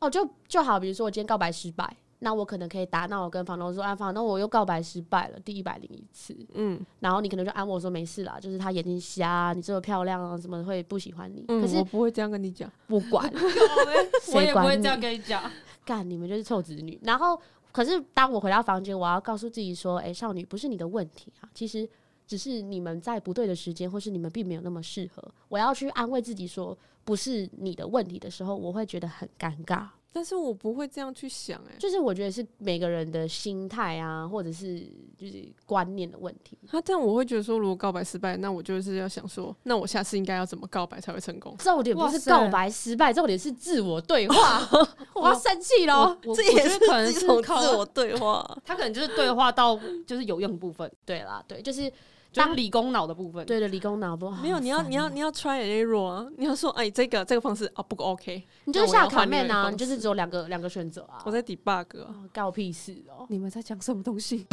哦，就就好，比如说我今天告白失败，那我可能可以打，那我跟房东说，啊，房东我又告白失败了，第一百零一次，嗯然后你可能就安我说没事啦，就是他眼睛瞎啊，你这么漂亮啊，怎么会不喜欢你？嗯，可我是不会这样跟你讲。不 管，欸我 谁也不会管这你？样跟你讲。干，你们就是臭子女。然后，可是当我回到房间，我要告诉自己说，哎、少女不是你的问题啊，其实只是你们在不对的时间，或是你们并没有那么适合。我要去安慰自己说，不是你的问题的时候，我会觉得很尴尬。但是我不会这样去想、欸，哎，就是我觉得是每个人的心态啊，或者是就是观念的问题。他这样我会觉得说，如果告白失败，那我就是要想说，那我下次应该要怎么告白才会成功？重点不哇是塞告白失败，重点是自我对话。 我要生气喽！我这我也觉是得可能一是种靠自我对话。他可能就是对话到就是有用的部分，对啦，对，就是就是当理工脑的部分。对的，理工脑不好。 没有，你要好烦你要你要 try and error 啊！你要说，哎，这个这个方式啊不 OK，你就是那我下要卡换另外面一个啊，方你就是只有两个两个选择啊。我在 debug 啊。哦告屁事哦！你们在讲什么东西？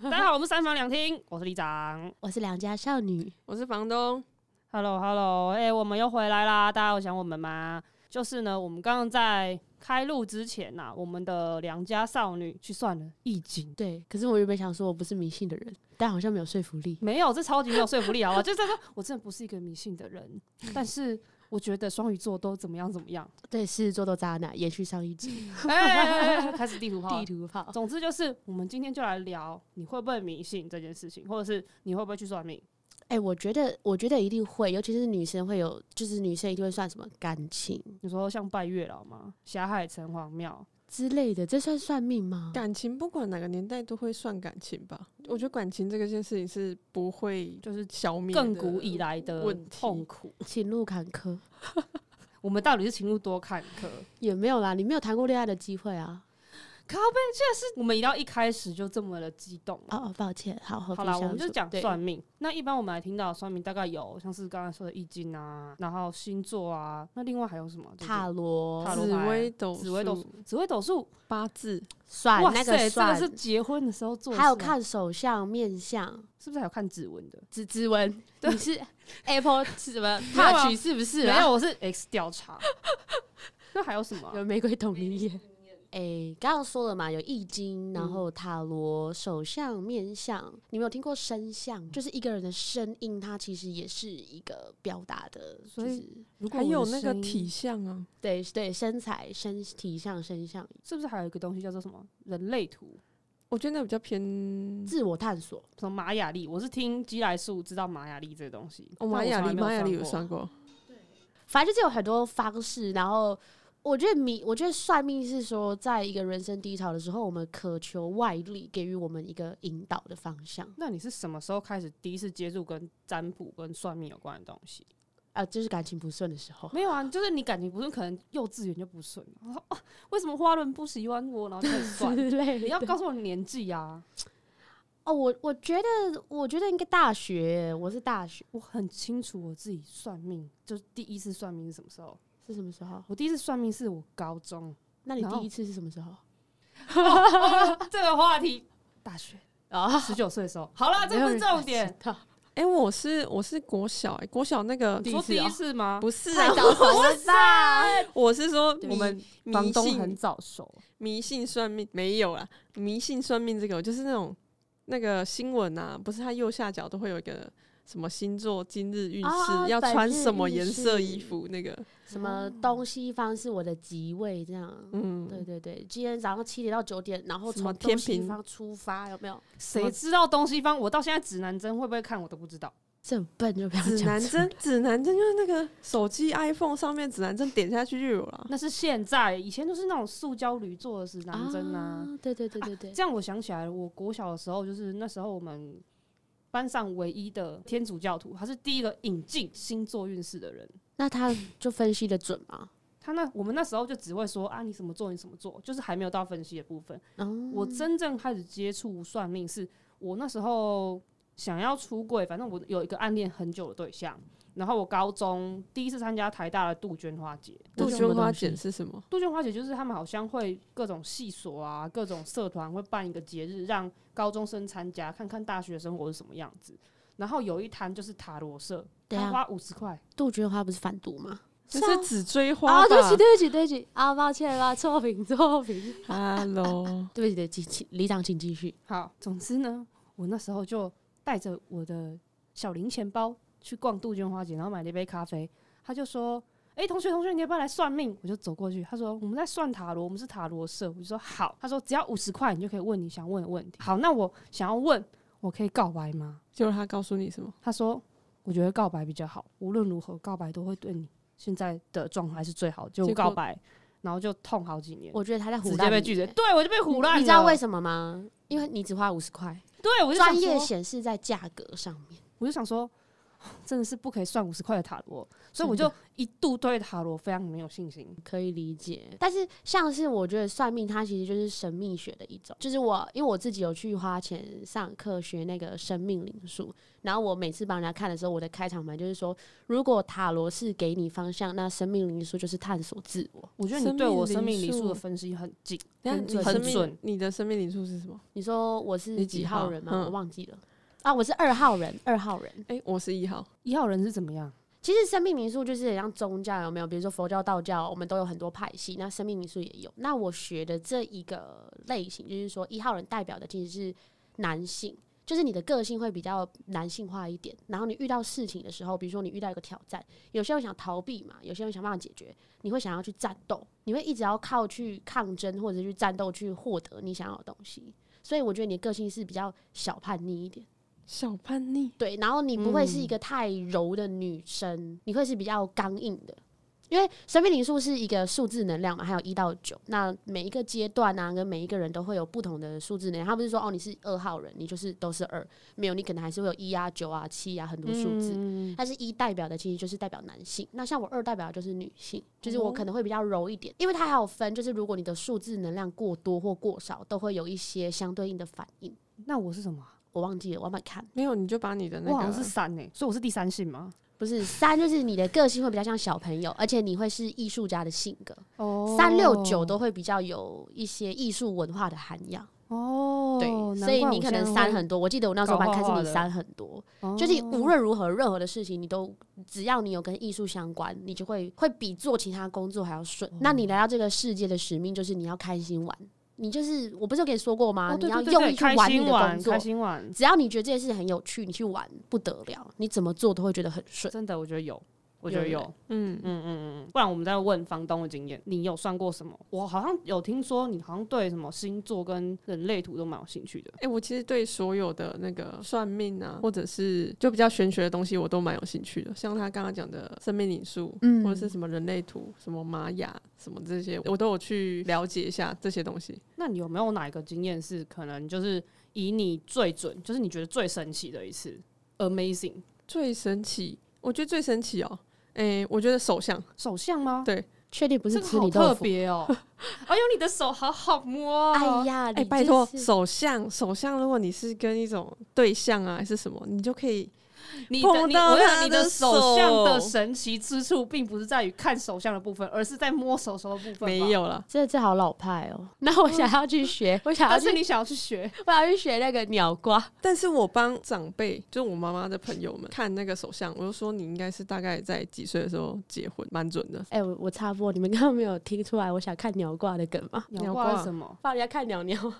大家好，我们三房两厅，我是李长。我是良家少女，我是房东， Hello，Hello，哎、我们又回来啦！大家有想我们吗？就是呢，我们刚刚在开录之前呐、我们的良家少女去算了易经，对。可是我原本想说我不是迷信的人，但好像没有说服力。没有，这超级没有说服力好吧？就是在说，我真的不是一个迷信的人，但是我觉得双鱼座都怎么样怎么 样。对，狮子座都渣男，延续上一集哎哎哎哎开始地图炮了地。图炮。总之就是，我们今天就来聊你会不会迷信这件事情，或者是你会不会去算命？哎、我觉得，我觉得一定会，尤其是女生会有，就是女生一定会算什么感情你说像拜月老吗？霞海城隍庙，之类的，这算算命吗？感情不管哪个年代都会算感情吧。我觉得感情这个件事情是不会就是消灭的亘古以来的问题痛苦。情路坎坷我们到底是情路多坎坷？也没有啦，你没有谈过恋爱的机会啊。靠背，这是我们一到一开始就这么的激动了。哦哦，抱歉，好，和好平啦，相我们就处讲对算命。那一般我们来听到的算命，大概有像是刚才说的易经啊，然后星座啊，那另外还有什么？塔罗塔罗紫牌微斗紫微斗数数，紫微斗数，八字，算哇啊那塞，个这个算，是结婚的时候做的事啊，还有看手相、面相、是不是还有看指纹的？指指纹， 你是 Apple 是什么没有啊 Touch 是不是没啊？有，我是 X 调 查。那还有什么啊、有玫瑰同林眼。哎，刚刚说了嘛，有易经，然后塔罗、手相、面相。你没有听过声相？就是一个人的声音，它其实也是一个表达的，所就以是如果还我的有那个声音体，相啊，对对，身材、身体相、声相，是不是还有一个东西叫做什么人类图？我觉得那比较偏自我探索。什么玛雅历？我是听基来素知道玛雅历这个东西。哦，但我玛雅从来历，没有玛雅历算有过算过，反正就是有很多方式，然后。我觉得迷，我觉得算命是说，在一个人生低潮的时候，我们渴求外力给予我们一个引导的方向。那你是什么时候开始第一次接触跟占卜跟算命有关的东西？啊，就是感情不顺的时候，没有啊，就是你感情不顺，可能幼稚园就不顺。然后、啊、为什么花轮不喜欢我？然后就开始 算。之类的。你要告诉我你年纪啊！哦，我我觉得，我觉得应该大学，我是大学 我很清楚我自己算命，就是第一次算命是什么时候？是什么时候？我第一次算命是我高中，那你然后第一次是什么时候？ 这个话题，大学啊，十九岁的时候。好啦，这不 是重点。 哎、我是我是国小、欸，国小那个你说第一次啊吗？不是太啊，早熟了吧？我是说迷我们迷信早熟，迷信算命没有啦，迷信算命这个就是那种那个新闻啊，不是它右下角都会有一个什么星座今日运势，哦啊要本穿日什么运颜色衣势服那个， 什么东西方是我的吉位？这样，嗯，对对对，今天早上七点到九点，然后什么从天东西平方出发，有没有？谁知道东西方？我到现在指南针会不会看我都不 知道。这很笨就不要指讲南出针，指南针就是那个手机 iPhone 上面指南针点下去就有了。啊那是现在，以前都是那种塑胶铝做的指南针啊。啊！对对对对对，这样我想起来了，我国小的时候，就是那时候我们班上唯一的天主教徒，他是第一个引进星座运势的人。那他就分析的准吗？他那我们那时候就只会说啊，你什么座，你什么座，就是还没有到分析的部分。哦，嗯我真正开始接触算命是，我那时候想要出柜，反正我有一个暗恋很久的对象，然后我高中第一次参加台大的杜鹃花节，杜什鹃么花东西简是什么？杜鹃花节就是他们好像会各种系所啊，各种社团会办一个节日，让高中生参加，看看大学生活是什么样子。然后有一摊就是塔罗社，啊等一他下花五十块，杜鹃花不是反毒吗？这是啊是紫追花啊，对不吧起，对不起，对不起啊，抱歉啦，错评，错评， ？Hello， 对不起，对不起，请李长，请继续。好，总之呢，我那时候就带着我的小零钱包去逛杜鹃花节，然后买了一杯咖啡。他就说：“诶，同学，同学，你要不要来算命？”我就走过去，他说：“我们在算塔罗，我们是塔罗社。”我就说：“好。”他说：“只要五十块，你就可以问你想问的问题。”好，那我想要问，我可以告白吗？就是他告诉你什么？他说：“我觉得告白比较好，无论如何，告白都会对你现在的状态是最好的。”就结告果白，然后就痛好几年，我觉得他在胡直接乱被你拒绝。耶对，我就被唬烂了。你知道为什么吗？因为你只花五十块，对，我就想专业说显示在价格上面。我就想说，真的是不可以算五十块的塔罗，所以我真就的一度对塔罗非常没有信心。可以理解，但是像是我觉得算命，它其实就是神秘学的一种。就是我因为我自己有去花钱上课学那个生命灵数，然后我每次帮人家看的时候，我的开场白就是说，如果塔罗是给你方向，那生命灵数就是探索自我。我觉得生你对命我生灵命理数数的分析很紧，等下很你准生很准命，你的生命灵数是什么？你说我你是几几号号人吗？嗯我忘记了啊，我是二号人，二号人。哎，我是一号，一号人是怎么样？其实生命灵数就是很像宗教，有没有？比如说佛教、道教，我们都有很多派系，那生命灵数也有。那我学的这一个类型，就是说一号人代表的其实是男性，就是你的个性会比较男性化一点。然后你遇到事情的时候，比如说你遇到一个挑战，有些人想逃避嘛，有些人想办法解决，你会想要去战斗，你会一直要靠去抗争或者去战斗去获得你想要的东西。所以我觉得你的个性是比较小叛逆一点。小叛逆。对，然后你不会是一个太柔的女生，你会是比较刚硬的。因为生命灵数是一个数字能量嘛，还有一到九，那每一个阶段啊，跟每一个人都会有不同的数字能量。他不是说哦，你是二号人，你就是都是二，没有，你可能还是会有一啊、九啊、七啊很多数字。嗯但是一代表的其实就是代表男性，那像我二代表的就是女性，就是我可能会比较柔一点，因为它还有分，就是如果你的数字能量过多或过少，都会有一些相对应的反应。那我是什么啊？我忘记了，我要慢慢看。没有，你就把你的那我好个像是三呢、所以我是第三性吗？不是三，就是你的个性会比较像小朋友，而且你会是艺术家的性格。哦三六九都会比较有一些艺术文化的涵养，哦，对，所以你可能三很多。我记得我那时候搞班画开始画你的三很多，很就是你无论如何任何的事情，你都只要你有跟艺术相关，你就会会比做其他工作还要顺。哦那你来到这个世界的使命就是你要开心玩，你就是我不是有跟你说过吗？哦、对对你对要对用力去开玩你心的工玩，作开。心玩，只要你觉得这件事很有趣，你去玩不得了，你怎么做都会觉得很顺。真的我觉得有，我觉得有有对。嗯嗯，不然我们再问房东的经验，你有算过什么？我好像有听说你好像对什么星座跟人类图都蛮有兴趣的。哎、我其实对所有的那个算命啊，或者是就比较玄学的东西，我都蛮有兴趣的。像他刚刚讲的生命灵数，嗯或者是什么人类图、什么玛雅、什么这些，我都有去了解一下这些东西。那你有没有哪一个经验是可能就是以你最准，就是你觉得最神奇的一次？Amazing，最神奇，我觉得最神奇哦，哎、我觉得首相，手相吗？对确定不这是个吃好你特豆腐？别 哦！哎呦，你的手好好摸、哦。哎呀，哎、拜托，首相，首相，如果你是跟一种对象啊，还是什么，你就可以你的碰你，到我他想你的手相的手神奇之处，并不是在于看手相的部分，而是在摸手手的部分吧。没有了。这这好老派哦。那我想要去学， 我想要但去是，你想要去学，我想要去学那个鸟瓜。但是我帮长辈，就是我妈妈的朋友们看那个手相，我就说你应该是大概在几岁的时候结婚，蛮准 的。哎、我我插播，你们刚刚没有听出来我想看鸟挂的梗吗？鸟挂挂是什么？ 帮人家看鸟鸟，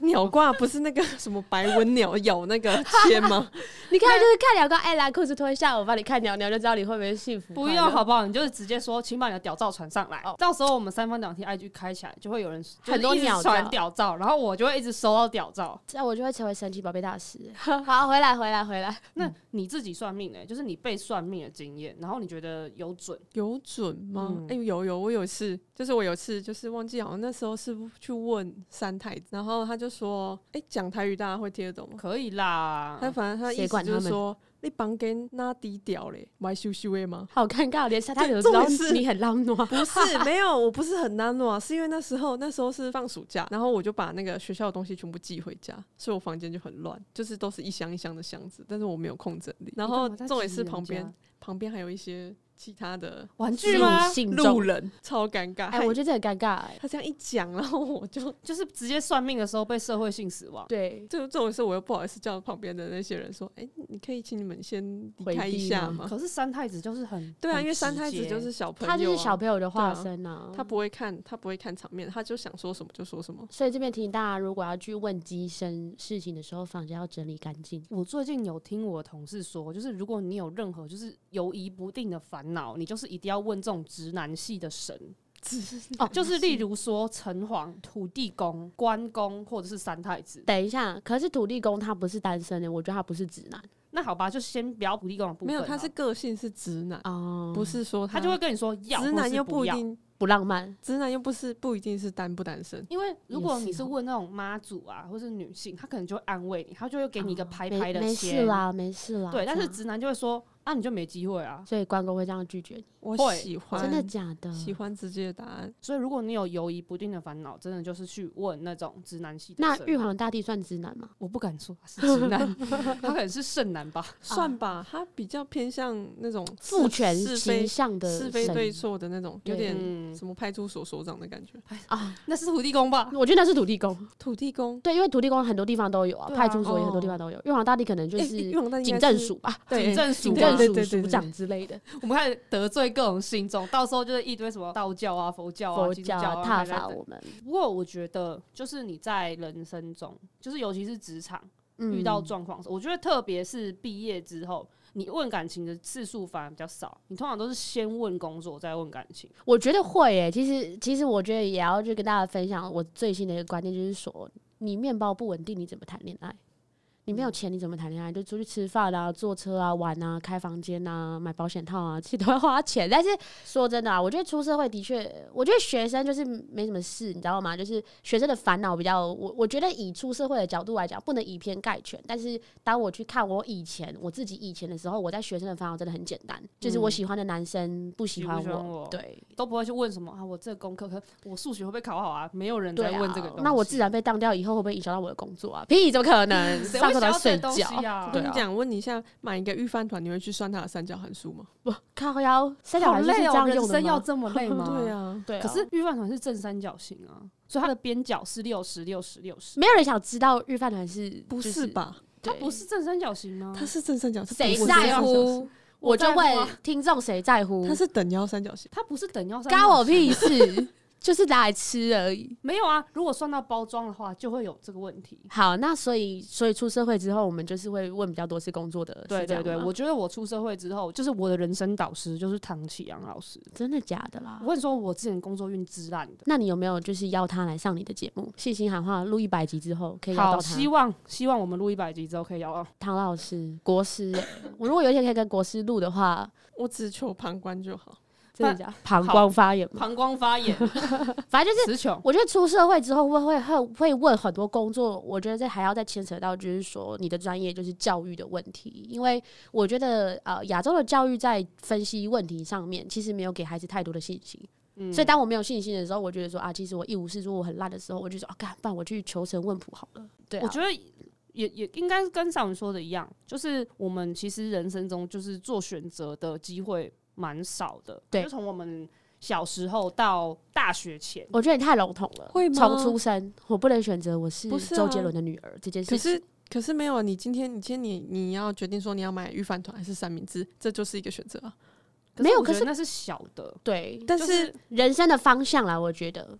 鸟卦不是那个什么白文鸟咬那个签吗？ 你看就是看鸟挂，哎、来裤子脱下，我帮你看鸟鸟，就知道你会不会幸福。不用，好不好？你就是直接说，请把你的屌照传上来。到时候我们三方两厅 IG 开起来，就会有人就是很多一直鸟照传屌照，然后我就会一直收到屌照。这样我就会成为神奇宝贝大师。 好，回来，回来，回来。嗯那你自己算命呢、欸就是你被算命的经验，然后你觉得有准， 有准吗嗯？哎、有有，我有一次，就是我有一次，就是忘记好像那时候是去问三太子，然后他就说，哎、讲台语大家会听得懂吗？可以啦他。反正他的意谁思管就他是们说，你房间哪低调嘞？歪羞羞的吗？好尴尬，连下他有知重道点是你很浪 暖，不 是，没有，我不是很难暖，是因为那时候那时候是放暑假，然后我就把那个学校的东西全部寄回家，所以我房间就很乱，就是都是一箱一箱的箱子，但是我没有空整理。然后你干嘛在重点质疑是人旁边家旁边还有一些其他的玩是具吗？信路众。人，超尴尬。哎，我觉得这很尴尬哎。他这样一讲，然后我就就是直接算命的时候被社会性死亡。对，就这种事，我又不好意思叫旁边的那些人说，哎、你可以请你们先回离开一避下吗吗？可是三太子就是很啊对啊，很因为直三太子接就是小朋友、他啊，就是小朋友的化对啊身啊，他不会看，他不会看场面，他就想说什么就 说什么。所以这边提醒大家，如果要去问机身事情的时候，房间要整理干净。我最近有听我同事说，就是如果你有任何就是犹疑不定的烦恼，你就是一定要问这种直男系的神，哦就是例如说城隍、土地公、关公或者是三太子。等一下，可是土地公他不是单身的，我觉得他不是直男那好吧，就先不要土地公的部没分好有，了。他是个性是直男，哦，不是说他就会跟你说要，直或男是又不一要。定，不浪漫。直男又不是不一定是单不单身。因为如果你也是是哦问那种妈祖啊，或是女性，她可能就会安慰你，她就会给你一个哦拍没拍的没事签。啦，没事啦。对，但这是样直男就会说啊，你就没机会啊。所以关公会这样拒绝你，我会喜欢，真的假的？喜欢直接的答案。所以如果你有犹疑不定的烦恼，真的就是去问那种直男系的那神玉皇大帝算直男吗？我不敢说他是直 男，他可能是剩男吧。算吧，他比较偏向那种啊父是权是形非象的是非神对错的那种，对有点嗯，什么派出所所长的感觉。啊，那是土地公吧？我觉得那是土地公。土地公，对，因为土地公很多地方都有啊，对啊派出所也很多地方都有。玉皇大帝可能就诶是哎玉皇大帝应警该政是署吧，对警政署警政啊对署对对署对长之类的。我们开始得罪各种信众，到时候就是一堆什么道教啊、佛教啊、佛基督教教啊啊来挞来伐等我们，不过我觉得，就是你在人生中，就是尤其是职场嗯遇到状况的时候，我觉得特别是毕业之后，你问感情的次数反而比较少，你通常都是先问工作，再问感情。我觉得会诶、其实其实我觉得也要去跟大家分享我最新的一个观念，就是说你面包不稳定，你怎么谈恋爱？你没嗯有钱，你怎么谈恋爱？就出去吃饭啊、坐车啊、玩啊、开房间啊、买保险套啊，这些都要花钱。但是说真的啊，我觉得出社会的确，我觉得学生就是没什么事，你知道吗？就是学生的烦恼比较，我我觉得以出社会的角度来讲，不能以偏概全。但是当我去看我以前我自己以前的时候，我在学生的烦恼真的很简单，就是我嗯喜欢的男生不喜喜不欢喜欢我我对，都不会去问什么啊，我这功课可我数学会不会考好啊？没有人对在啊，问这个东西。那我自然被当掉，以后会不会影响到我的工作啊？ 屁，怎么可能？ 谁上会课想都在要这睡个东觉 西，啊？我对跟啊你讲，问你一下，买一个预饭团，你会去算它的三角函数吗？靠腰，三角好函数是累这哦，样人用的生要吗？这 么累吗？对。啊，对啊，可是预饭团是正三角形啊，所以它的边角是六十六十六十，没有人想知道预饭团是不？就是吧？它对不是正三角形吗？它是正三角，它谁不是在三角乎形？我就在乎啊问听众谁在乎它？是等腰三角形。它不是等腰三角形干我屁事， 就是拿来吃而已。没有啊，如果算到包装的话，就会有这个问题。好，那所以所以出社会之后，我们就是会问比较多次工作的，对是这对样对，吗我觉得我出社会之后，就是我的人生导师就是唐启阳老师。真的假的啦我？跟你说，我之前工作运之烂的，那你有没有就是邀他来上你的节目？信心喊话录一百集之后可以邀好，到他。希望希望我们录一百集之后可以聊到。唐老师、国师欸，我如果有一天可以跟国师录的话，我只求旁观就好。真的假？膀胱发炎 嘛， 膀胱发炎，反正就是。词穷。 我觉得出社会之后会会会会问很多工作，我觉得这还要再牵扯到就是说你的专业就是教育的问题，因为我觉得呃亚洲的教育在分析问题上面其实没有给孩子太多的信心，嗯所以当我没有信心的时候，我觉得说啊其实我一无是处，我很烂的时候，我就说啊干，不然我去求神问卜好了，对啊我，觉得也也应该跟上文说的一样，就是我们其实人生中就是做选择的机会蛮少的。对就从我们小时候到大学前，我觉得你太笼统了，会吗从出生我不能选择我是不是啊周杰伦的女儿这件事可情，是可是没有啊！你今天你今天你你要决定说你要买预饭团还是三明治，这就是一个选择啊。没有我觉可得是那是小的。对但就是人生的方向啦，我觉得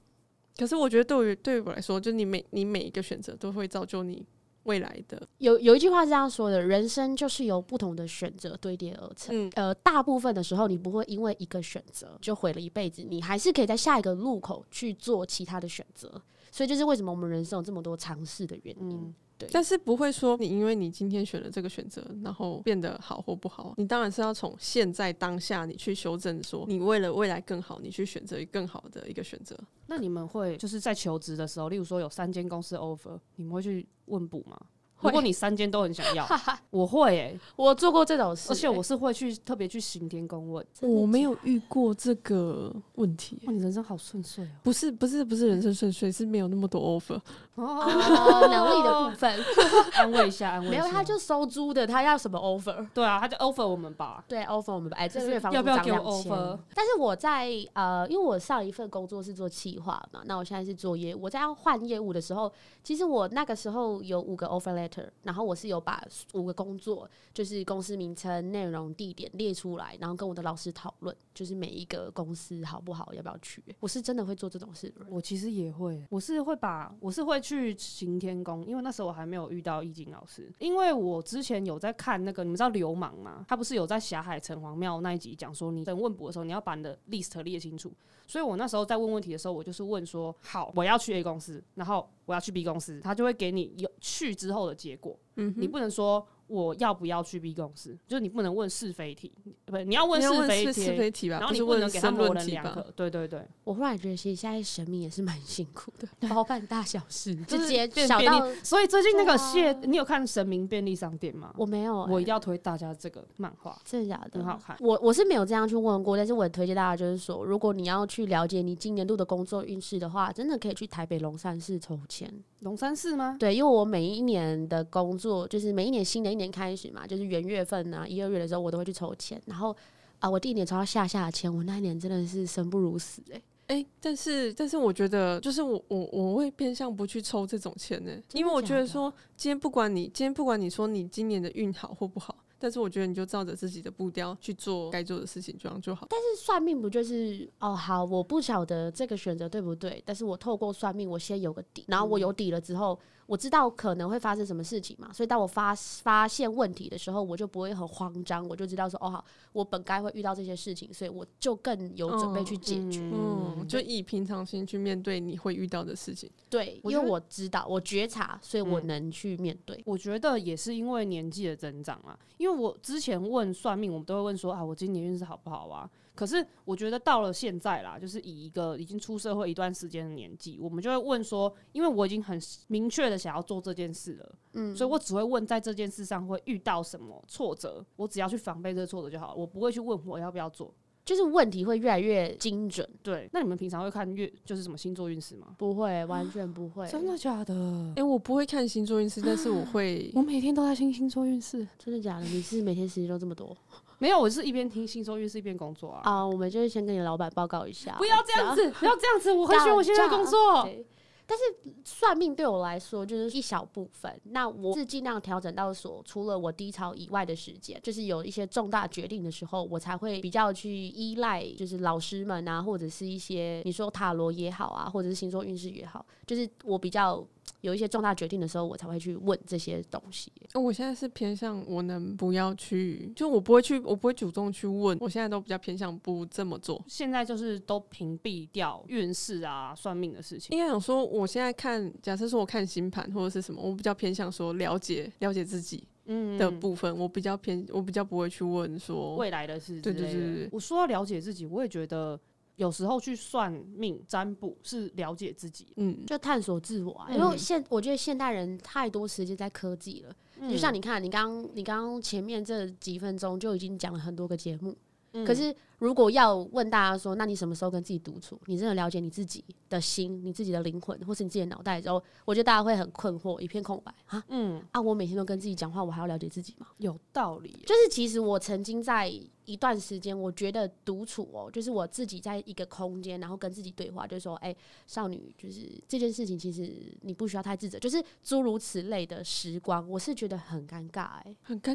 可是我觉得对于对于我来说，就你每你每一个选择都会造就你未来的。有有一句话是这样说的：人生就是由不同的选择堆叠而成。嗯，呃，大部分的时候你不会因为一个选择就毁了一辈子，你还是可以在下一个路口去做其他的选择。所以这是为什么我们人生有这么多尝试的原因。嗯，但是不会说你因为你今天选了这个选择，然后变得好或不好啊。你当然是要从现在当下你去修正，说你为了未来更好，你去选择更好的一个选择。那你们会就是在求职的时候，例如说有三间公司 offer，你们会去问补吗？如会果你三间都 很想要，我会诶、我做过这种事、欸而且我是会去特别去行天宫问。我没有遇过这个问题欸、哇，你人生好顺遂哦！不是不是不是人生顺遂，是没有那么多 offer。欸哦， 哦能力的部分安慰一下，安慰一没下。有，他就收租的，他要什么 offer？对啊，他就 offer 我们吧。对 offer 我们哎，这就是个月房租要不要涨给我两千 offer？。但是我在呃，因为我上一份工作是做企划嘛，那我现在是做业务。我在要换业务的时候，其实我那个时候有五个 offer letter，然后我是有把五个工作，就是公司名称、内容、地点列出来，然后跟我的老师讨论，就是每一个公司好不好，要不要去。我是真的会做这种事的人。我其实也会，我是会把我是会去行天宫，因为那时候我还没有遇到易经老师，因为我之前有在看那个，你们知道流氓吗？他不是有在霞海城隍庙那一集讲说，你等问卜的时候，你要把你的 list 列清楚。所以我那时候在问问题的时候，我就是问说，好，我要去 A 公司，然后我要去 B 公司，他就会给你有去之后的结果。嗯你不能说我要不要去 B 公司，就是你不能问是非题，不，你要问你要是问非是是题，非题吧，啊然后不你是不能问给他申模论棱题两可吧？。对对对。我忽然觉得，其实现在神明也是蛮辛苦 的，包办大小事，直接变小便到利。所以最近那个对啊谢，你有看《神明便利商店》吗？我没有、我欸一定要推大家这个漫画，真的假的？很好看我我是没有这样去问过，但是我很推荐大家，就是说，如果你要去了解你今年度的工作运势的话，真的可以去台北龙山寺抽签。龙山寺吗？对，因为我每一年的工作，就是每一年新的一年开始嘛，就是元月份啊、一二月的时候，我都会去抽签。然后啊、我第一年抽到下下的签，我那一年真的是生不如死哎、哎、但是但是我觉得，就是我我我会偏向不去抽这种钱呢、因为我觉假得的说，今天不管你今天不管你说你今年的运好或不好，但是我觉得你就照着自己的步调去做该做的事情，这样就好。嗯但是算命不就是哦，好，我不晓得这个选择对不对，但是我透过算命，我先有个底，然后我嗯有底了之后，我知道可能会发生什么事情嘛，所以当我发发现问题的时候，我就不会很慌张，我就知道说哦，好，我本该会遇到这些事情，所以我就更有准备去解决。嗯，就以平常心去面对你会遇到的事情。对，我因觉为得我知道，我觉察，所以我嗯能去面对。我觉得也是因为年纪的增长啊，因为我之前问算命，我们都会问说啊，我今年运势好不好啊？可是我觉得到了现在啦，就是以一个已经出社会一段时间的年纪，我们就会问说，因为我已经很明确的想要做这件事了，嗯，所以我只会问在这件事上会遇到什么挫折，我只要去防备这个挫折就好了，我不会去问我要不要做。就是问题会越来越精准，对，那你们平常会看月就是什么星座运势吗？不会，完全不会，假的，哎、？我不会看星座运势，但是我会每天都在听星座运势，真的假的？你是每天时间都这么 多没有，我是一边听星座运势一边工作啊。啊？我们就是先跟你老板报告一下，不要这哦样子，不要这样子，我很喜欢我现在的工作。对，但是算命对我来说就是一小部分，那我是尽量调整到所除了我低潮以外的时间，就是有一些重大决定的时候，我才会比较去依赖，就是老师们啊，或者是一些你说塔罗也好啊，或者是星座运势也好，就是我比较有一些重大决定的时候，我才会去问这些东西。呃我现在是偏向我能不要去，就我不会去，我不会主动去问，我现在都比较偏向不这么做。现在就是都屏蔽掉运势啊、算命的事情。应该想说，我现在看，假设说我看星盘或者是什么，我比较偏向说了解了解自己嗯的部分，我比较偏，我比较不会去问说，未来的事之对类的。对对对对我说到了解自己，我也觉得有时候去算命、占卜是了解自己。嗯，就探索自我、啊，嗯因为现我觉得现代人太多时间在科技了，嗯就嗯像你看，你刚你刚刚前面这几分钟就已经讲了很多个节目，嗯，可是如果要问大家说，那你什么时候跟自己独处？你真的了解你自己的心、你自己的灵魂，或是你自己的脑袋之后，我觉得大家会很困惑，一片空白啊嗯，啊！我每天都跟自己讲话，我还要了解自己吗？有道理耶。就是其实我曾经在一段时间，我觉得独处哦，就是我自己在一个空间，然后跟自己对话，就说：“哎、少女，就是这件事情，其实你不需要太自责。”就是诸如此类的时光，我是觉得很尴尬哎、很尴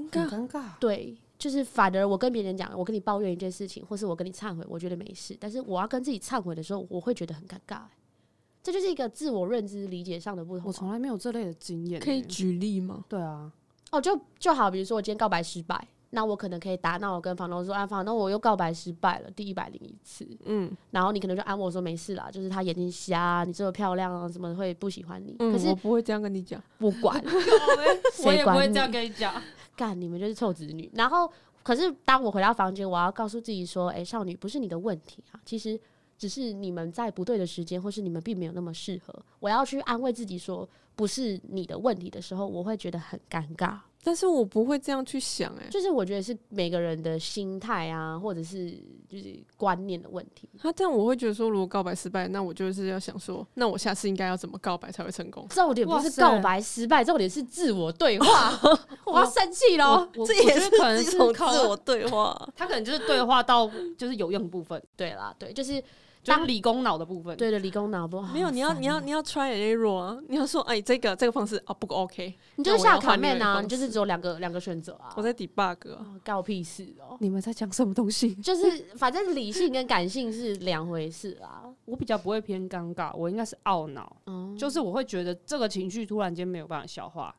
尬。很尴尬，对，就是反而我跟别人讲，我跟你抱怨一件事情，或是我跟你忏悔，我觉得没事。但是我要跟自己忏悔的时候，我会觉得很尴尬、欸。这就是一个自我认知理解上的不同我啊。从来没有这类的经验耶。可以举例吗？对啊，哦，就就好，比如说我今天告白失败，那我可能可以打，那我跟房东说，啊，房东我又告白失败了，第一百零一次。嗯，然后你可能就安慰我说没事啦，就是他眼睛瞎啊、你这么漂亮啊，怎么会不喜欢你？嗯可我是不会这样跟你讲。不管， 我谁也不会管这你？样跟你讲。干，你们就是臭子女。然后，可是当我回到房间，我要告诉自己说，哎、少女不是你的问题啊，其实只是你们在不对的时间，或是你们并没有那么适合。我要去安慰自己说不是你的问题的时候，我会觉得很尴尬。 但是我不会这样去想、哎，就是我觉得是每个人的心态啊，或者是就是观念的问题。他这样我会觉得说，如果告白失败，那我就是要想说，那我下次应该要怎么告白才会成功？重点不哇是塞告白失败，重点是自我对 话。我要生气喽！我这我也觉是得可能一是种靠自我对 话。啊他可能就是对话到就是有用的部分，对啦，对，就是就是当理工脑的部分。对的理工脑不好没有，你要烦你要哦你要 try and error 啊！你要说，哎，这个这个方式啊不 OK，你就是那我要下考换另外一面个啊，方你就是式只有两个两个选择啊。我在 debug 啊。哦告屁事哦。你们在讲什么东西？就是反正理性跟感性是两回事啦。 我比较不会偏尴尬，我应该是懊恼，哦，就是我会觉得这个情绪突然间没有办法消化，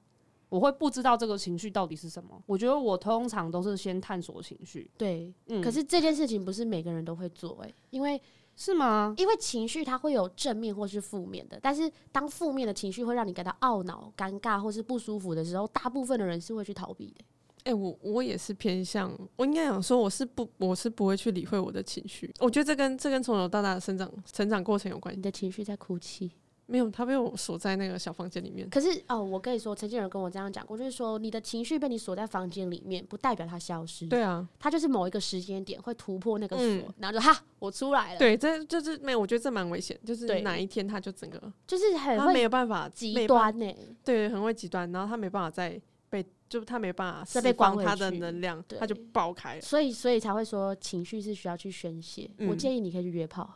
我会不知道这个情绪到底是什么。我觉得我通常都是先探索情绪，对。嗯，可是这件事情不是每个人都会做诶、欸因为是吗？因为情绪它会有正面或是负面的，但是当负面的情绪会让你感到懊恼、尴尬或是不舒服的时候，大部分的人是会去逃避的、哎、我我也是偏向，我应该想说，我是不我是不会去理会我的情绪。我觉得这跟这跟从小到大的生长成长过程有关系你。的情绪在哭泣，没有，他被我锁在那个小房间里面。可是哦，我跟你说，曾经有人跟我这样讲过，就是说你的情绪被你锁在房间里面，不代表它消失，对啊，它就是某一个时间点会突破那个锁，嗯然后就哈，我出来了，对，这就是没有，我觉得这蛮危险，就是对哪一天他就整个就是很他没会有办法极没办端呢、欸对，很会极端，然后他没办法再被，就他没办法再释被关放回他的去能量，对他就爆开了。所以所以才会说情绪是需要去宣泄。我嗯啊建议你可以去约炮。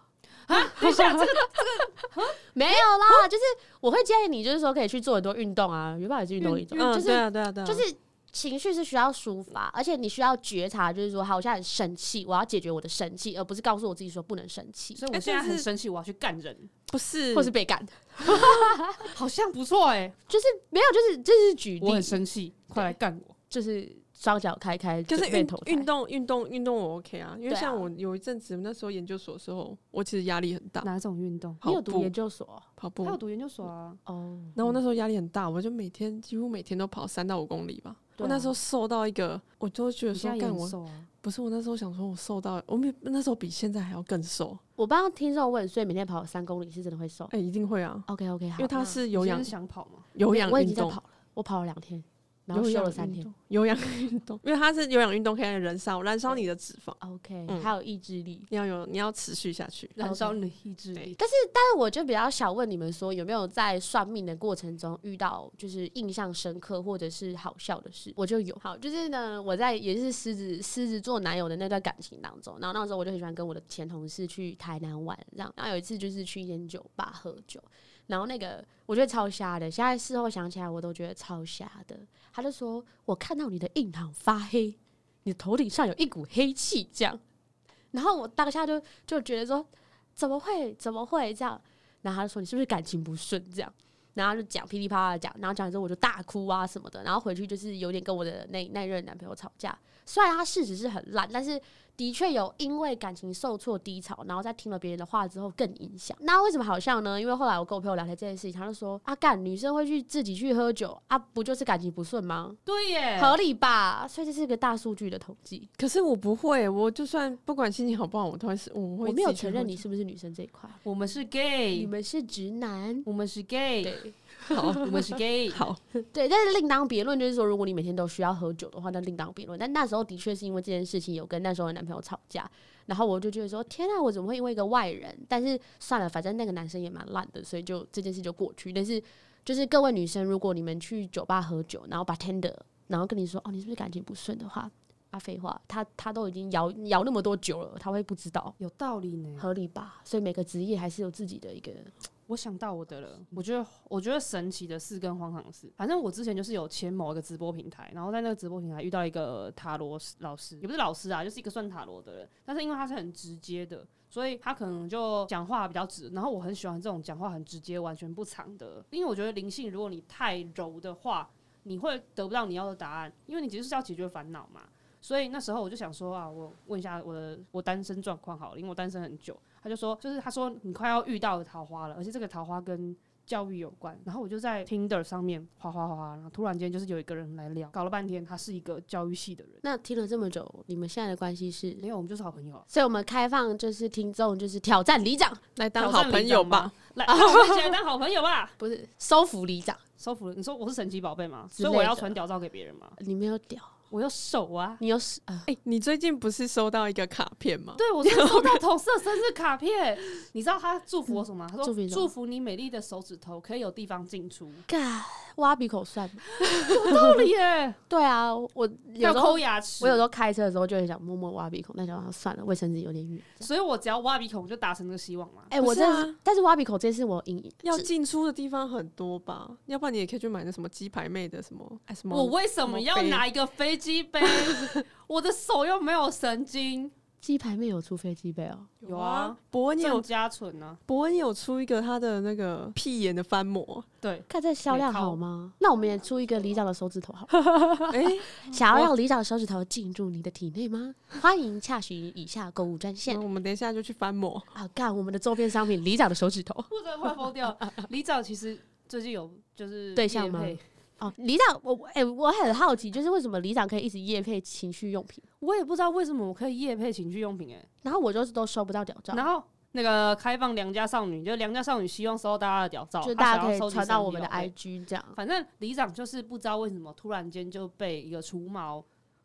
等一下，这个 没有啦，就是我会建议你，就是说可以去做很多运动啊，约炮也是运动一种，嗯，就是、对啊，对啊，对啊，就是情绪是需要抒发，而且你需要觉察，就是说，好，我现在很生气，我要解决我的生气，而不是告诉我自己说不能生气，所以哎我现在但是很生气，我要去干人，不是，或是被干，好像不错哎、就是没有，就是这是举我例很，生气，快来干我！就是双脚开开，可是准备运投胎运动运动运动我 OK 啊，因为对啊像我有一阵子那时候研究所的时候，我其实压力很大，哪种运动？你跑有读步研究所跑步他，有读研究所啊，哦？然后那时候压力很大，我就每天几乎每天都跑三到五公里吧。对我那啊时候瘦到一个，我就觉得你说现在也干很我瘦啊。不是我那时候想说我瘦到我没那时候比现在还要更瘦，我帮听众问，所以每天跑三公里是真的会瘦哎、一定会啊， ？OK OK，好，因为它那是你有现在氧是想跑吗？有氧我已运经在动跑，了，我跑了两天，然后有休氧了三运天。动，有氧运动， 因为它是有氧运动可以燃烧燃烧你的脂肪， OK，、嗯还有意志力。你要有你要持续下去。燃烧你的意志对力。但我就比较想问你们说，有没有在算命的过程中遇到就是印象深刻或者是好笑的事？我就有。好，就是呢，我在也是狮子狮子座男友的那段感情当中，然后那时候我就很喜欢跟我的前同事去台南玩，这样。然后有一次就是去一间酒吧喝酒，然后那个我觉得超瞎的，现在事后想起来我都觉得超瞎的。他就说我看到你的印堂发黑，你头顶上有一股黑气，这样。然后我当下就就觉得说，怎么会怎么会这样？然后他就说你是不是感情不顺这样？然后他就讲噼里啪啦地讲，然后讲完之后我就大哭啊什么的，然后回去就是有点跟我的那那任男朋友吵架。虽然他事实是很烂，但是的确有因为感情受挫低潮，然后在听了别人的话之后更影响。那为什么好像呢？因为后来我跟我朋友聊天这件事情，他就说啊干女生会去自己去喝酒啊，不就是感情不顺吗？对耶，合理吧？所以这是一个大数据的统计。可是我不会，我就算不管心情好不好，我都会是我会我没有自己去承认喝你酒是不是女生这一块，我们是你 gay，们是直男。我们是 gay，对我们是 gay。好，对，但是另当别论，就是说，如果你每天都需要喝酒的话，那另当别论。但那时候的确是因为这件事情有跟那时候的男朋友吵架，然后我就觉得说，天啊，我怎么会因为一个外人？但是算了，反正那个男生也蛮烂的，所以就这件事就过去。但是就是各位女生，如果你们去酒吧喝酒，然后把 tender，然后跟你说哦，你是不是感情不顺的话，啊，废话，他他都已经摇摇那么多酒了，他会不知道，有道理呢，合理吧？所以每个职业还是有自己的一个我想到我的了。我觉得，我觉得神奇的事跟荒唐的事，反正我之前就是有签某一个直播平台，然后在那个直播平台遇到一个塔罗师老师，也不是老师啊，就是一个算塔罗的人。但是因为他是很直接的，所以他可能就讲话比较直。然后我很喜欢这种讲话很直接、完全不藏的，因为我觉得灵性，如果你太柔的话，你会得不到你要的答案，因为你就是要解决烦恼嘛。所以那时候我就想说啊，我问一下我的我单身状况好了，因为我单身很久。他就说，就是他说你快要遇到桃花了，而且这个桃花跟教育有关。然后我就在 Tinder 上面哗哗哗哗，然后突然间就是有一个人来聊，搞了半天，他是一个教育系的人，那听了这么久，你们现在的关系是？没有，我们就是好朋友啊。所以我们开放就是听众就是挑战里长，来当好朋友吧。来，那我们一起来当好朋友吧。不是收服里长，收服了，你说我是神奇宝贝吗？之所以我类要的传屌照给别人吗？你没有屌，我有手啊。你有屎啊？哎、 你最近不是收到一个卡片吗？对，我是收到同事的生日卡片，你知道他祝福我什么吗？他祝福说你什么祝福你美丽的手指头可以有地方进出， 干挖鼻口算吗？有道理耶，对啊，我有要时候抠牙齿。我有时候开车的时候就很想默默挖鼻孔，但想想算了，卫生纸有点远。所以我只要挖鼻孔，我就达成这个希望嘛。哎、不我是真啊的是，但是挖鼻孔这次我有阴影，要是进出的地方很多吧，要不然你也可以去买那什么鸡排妹的什么哎什么。我为什么什要么杯拿一个飞机 杯？我的手又没有神经。鸡排妹有出飞机杯哦，有啊，伯恩郑有家纯啊呢？伯恩有出一个他的那个屁眼的 翻模，对，看这销量没靠好吗？那我们也出一个里长的手指头 好了，哎、想要让里长的手指头进入你的体内吗？欢迎洽询以下购物专线 那。我们等一下就去翻模。啊，干我们的周边商品里长的手指头我真的快 疯掉。李长其实最近有就是对象业吗配哦，里长我哎、我很好奇，就是为什么里长可以一直夜配情趣用品，我也不知道为什么我可以夜配情趣用品哎、然后我就是都收不到屌照，然后那个开放良家少女，就良家少女希望收到大家的屌照，就她大家想可要收以集传到我神们秘的宝贝 IG 这样。反正里长就是不知道为什么突然间就被一个除毛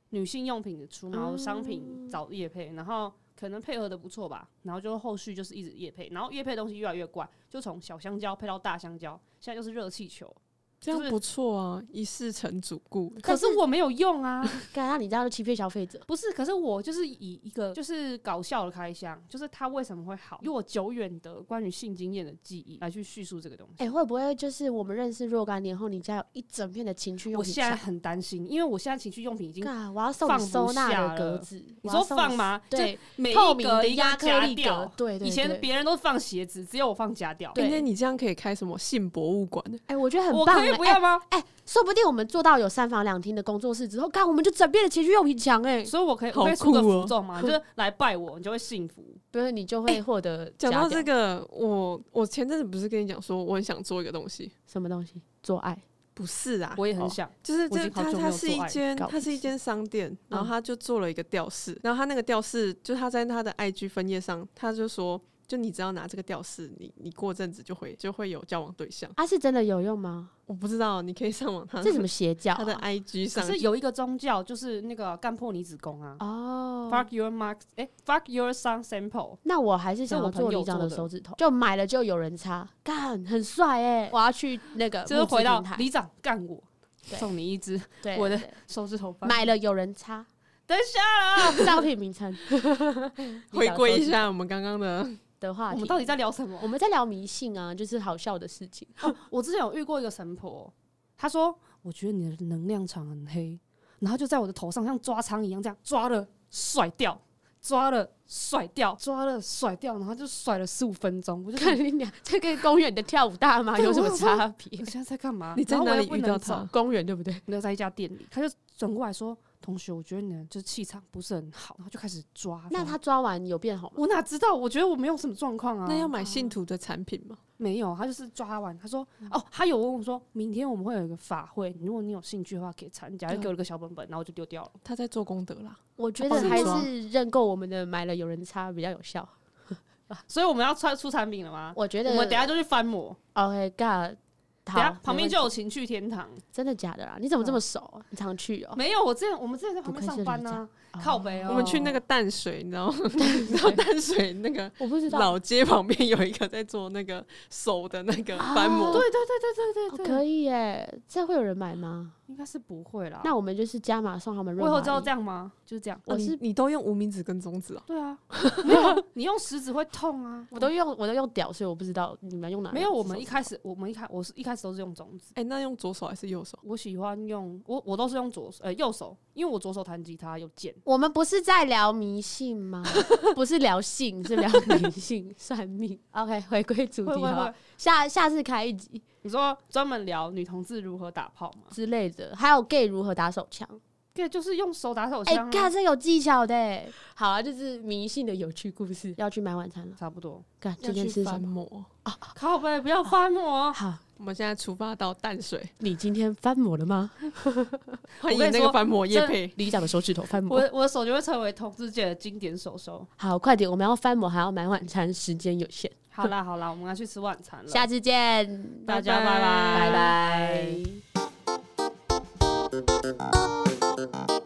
女性用品的除毛商品找叶配，然后可能配合的不错吧，然后就后续就是一直叶配，然后叶配的东西越来越怪，就从小香蕉配到大香蕉，现在就是热气球。这就样是不错啊，一世成主顾。但可是是我没有用啊，干，那你这样就欺骗消费者。 不是，可是我就是以一个就是搞笑的开箱，就是它为什么会好，以我久远的关于性经验的记忆来去叙述这个东西。哎、会不会就是我们认识若干年后，你家有一整片的情趣用我品现在箱？很担心，因为我现在情趣用品已经干，我要送放你不收纳下的格了子。你我要说送放你？吗？就对，每透一明格的一亚个夹克力掉格，对对对。以前别人都放鞋子，只有我放夹掉。对今天哎你这样可以开什么性博物馆？哎、我觉得很我棒、可欸。以不要哎吗？哎说不定我们做到有三房两厅的工作室之后，干我们就整片的情趣用品墙哎、所以我可以，好我可以出个酷哦符咒嘛， 就是来拜我，你就会幸福。不是你就哎会获得讲家到教这个，我我前阵子不是跟你讲说我很想做一个东西，什么东西？做爱不是啊，我也很哦想，就是我这已经好它久没它有是做一爱了间搞它是一间商店，然后嗯他就做了一个吊饰，然后他那个吊饰就他在他的 IG 分页上，他就说，就你只要拿这个吊饰，你你过阵子就会就会有交往对象。啊，是真的有用吗？我不知道，你可以上网他这什么邪教、 他的啊？ IG 可上是去，有一个宗教就是那个干破你子宫啊哦， ，fuck your mark，哎，fuck your son sample。那我还是想这要我朋做友里长做的的手指头，就买了就有人插，干很帅哎、我要去那个就是募资回到呃平台里长干我，对送你一只 对我的对手指头发。买了有人插，等一下啦，商品名 称回归里长手一指下我们刚刚 的，的话题，我们到底在聊什么我？们在聊迷信啊，就是好笑的事情。我之前有遇过一个神婆，她说：“我觉得你的能量场很黑，然后就在我的头上像抓苍蝇一样，这样抓了甩掉，抓了甩掉，抓了甩掉，然后就甩了十五分钟。”我就想 看你俩，这跟公园的跳舞大妈对有什么我想说差我别？现在在干嘛？你在然后哪我也里不遇能到走他？ 公园对不对？没有在一家店里，她就转过来说：“同学，我觉得你的就是气场不是很好。”然后就开始抓。那抓他抓完有变好吗？我哪知道？我觉得我没有什么状况啊。那要买信徒的产品吗？没有，他就是抓完，他说、嗯哦，他有问我说，明天我们会有一个法会，如果你有兴趣的话可以参加，就对啊给我一个小本本，然后我就丢掉了。他在做功德啦，我觉得帮你还抓是认购我们的买了有人插比较有效。所以我们要出出产品了吗？我觉得我们等一下就去翻模， OK God，等一好下，旁没边问就有情趣天堂。题真的假的啦？你怎么这么熟啊？你常去哦？没有，我之前我们之前在旁不边愧是上班呢、哦靠北哦。我们去那个淡水，你知道吗？ 你知道淡水那个我不知道，老街旁边有一个在做那个手的那个翻模，啊对对对对对哦对对，可以耶，这会有人买吗？应该是不会啦。那我们就是加码送他们我润以滑后液。知道这样吗？就是这样。我哦是你你都用无名指跟中指啊？对啊，没有，你用食指会痛啊。我都用我都用屌，所以我不知道你们用哪。没有，我们一开始我们一开我是一开始都是用中指。哎、那用左手还是右手？我喜欢用我我都是用左手呃右手，因为我左手弹吉他有键。我们不是在聊迷信吗？不是聊性，是 聊迷信、算命。OK，回归主题会好不会好会，下下次开一集你说专门聊女同志如何打炮吗？之类的，还有 gay 如何打手枪，对，就是用手打手哎、枪啊、干这有技巧的欸。好啊，就是迷信的有趣故事。要去买晚餐了，差不多。干要今天去吃翻什么？模。靠背，不要翻 我。好，我们现在出发到淡水，你今天翻模了 吗？欢迎跟你哎那个说翻模叶这配。里长的手指头翻我模。的我的手就会成为同志界的经典手手。好，快点，我们要翻模，还要买晚餐，时间有限，好啦好啦，我们要去吃晚餐了，下次见，大家拜拜拜拜。